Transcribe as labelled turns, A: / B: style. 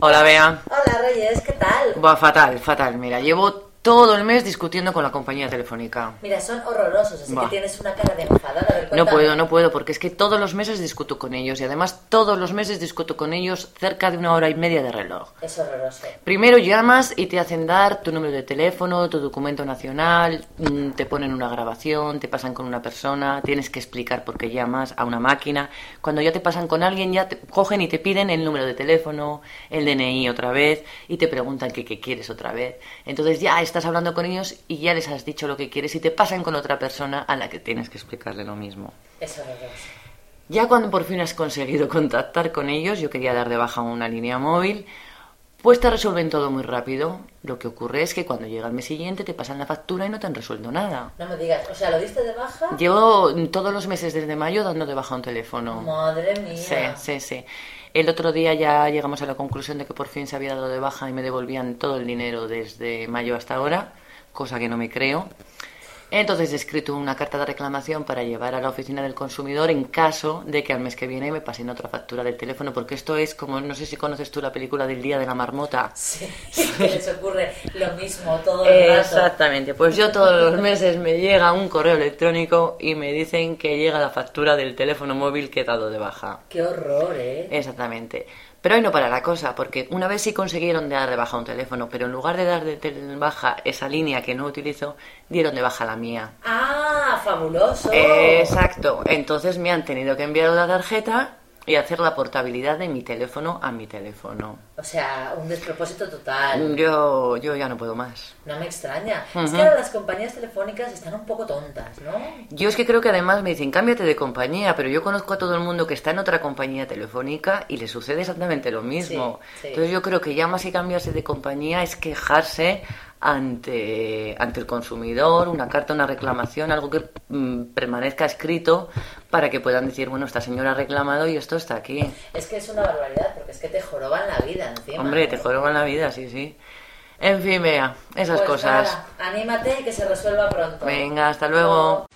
A: Hola, Bea.
B: Hola Reyes, ¿qué tal?
A: Va fatal, fatal. Mira, llevo todo el mes discutiendo con la compañía telefónica.
B: Mira, son horrorosos, así
A: Buah.
B: que tienes una cara de enfadada. A ver,
A: No
B: cuéntame.
A: puedo, no puedo, porque es que todos los meses discuto con ellos y además todos los meses discuto con ellos cerca de una hora y media de reloj.
B: Es horroroso.
A: Primero llamas y te hacen dar tu número de teléfono, tu documento nacional, mm, te ponen una grabación, te pasan con una persona, tienes que explicar por qué llamas a una máquina. Cuando ya te pasan con alguien, ya te cogen y te piden el número de teléfono, el DNI otra vez y te preguntan qué qué quieres otra vez. Entonces ya estás hablando con ellos y ya les has dicho lo que quieres y te pasan con otra persona a la que tienes que explicarle lo mismo.
B: Es horroroso.
A: Ya cuando por fin has conseguido contactar con ellos, yo quería dar de baja una línea móvil, pues te resuelven todo muy rápido. Lo que ocurre es que cuando llega el mes siguiente te pasan la factura y no te han resuelto nada.
B: No me digas, o sea, ¿lo diste de baja?
A: Llevo todos los meses desde mayo dando de baja un teléfono.
B: Madre mía.
A: Sí, sí, sí. El otro día ya llegamos a la conclusión de que por fin se había dado de baja y me devolvían todo el dinero desde mayo hasta ahora, cosa que no me creo. Entonces he escrito una carta de reclamación para llevar a la oficina del consumidor en caso de que al mes que viene me pasen otra factura del teléfono, porque esto es como, no sé si conoces tú la película del Día de la Marmota.
B: Sí, que les ocurre lo mismo todo el rato.
A: Exactamente, pues yo todos los meses me llega un correo electrónico y me dicen que llega la factura del teléfono móvil que he dado de baja.
B: Qué horror, ¿eh?
A: Exactamente. Pero hoy no para la cosa, porque una vez sí consiguieron dar de baja un teléfono, pero en lugar de dar de de baja esa línea que no utilizo, dieron de baja la mía.
B: Ah, fabuloso.
A: Exacto. Entonces me han tenido que enviar la tarjeta y hacer la portabilidad de mi teléfono a mi teléfono.
B: O sea, un despropósito
A: Mm.
B: total.
A: Yo, yo ya no puedo más.
B: No me extraña. Es que ahora las compañías telefónicas están un poco tontas, ¿no?
A: Yo es que creo que además me dicen, cámbiate de compañía, pero yo conozco a todo el mundo que está en otra compañía telefónica y le sucede exactamente lo mismo.
B: Sí, sí.
A: Entonces yo creo que ya más que cambiarse de compañía es quejarse ante, ante el consumidor, una carta, una reclamación, algo que mm, permanezca escrito para que puedan decir, bueno, esta señora ha reclamado y esto está aquí.
B: Es que es una barbaridad, porque es que te joroban la vida encima.
A: Hombre, te joroban la vida, sí, sí. En fin, vea, esas
B: Pues
A: cosas.
B: nada, anímate y que se resuelva pronto.
A: Venga, hasta luego.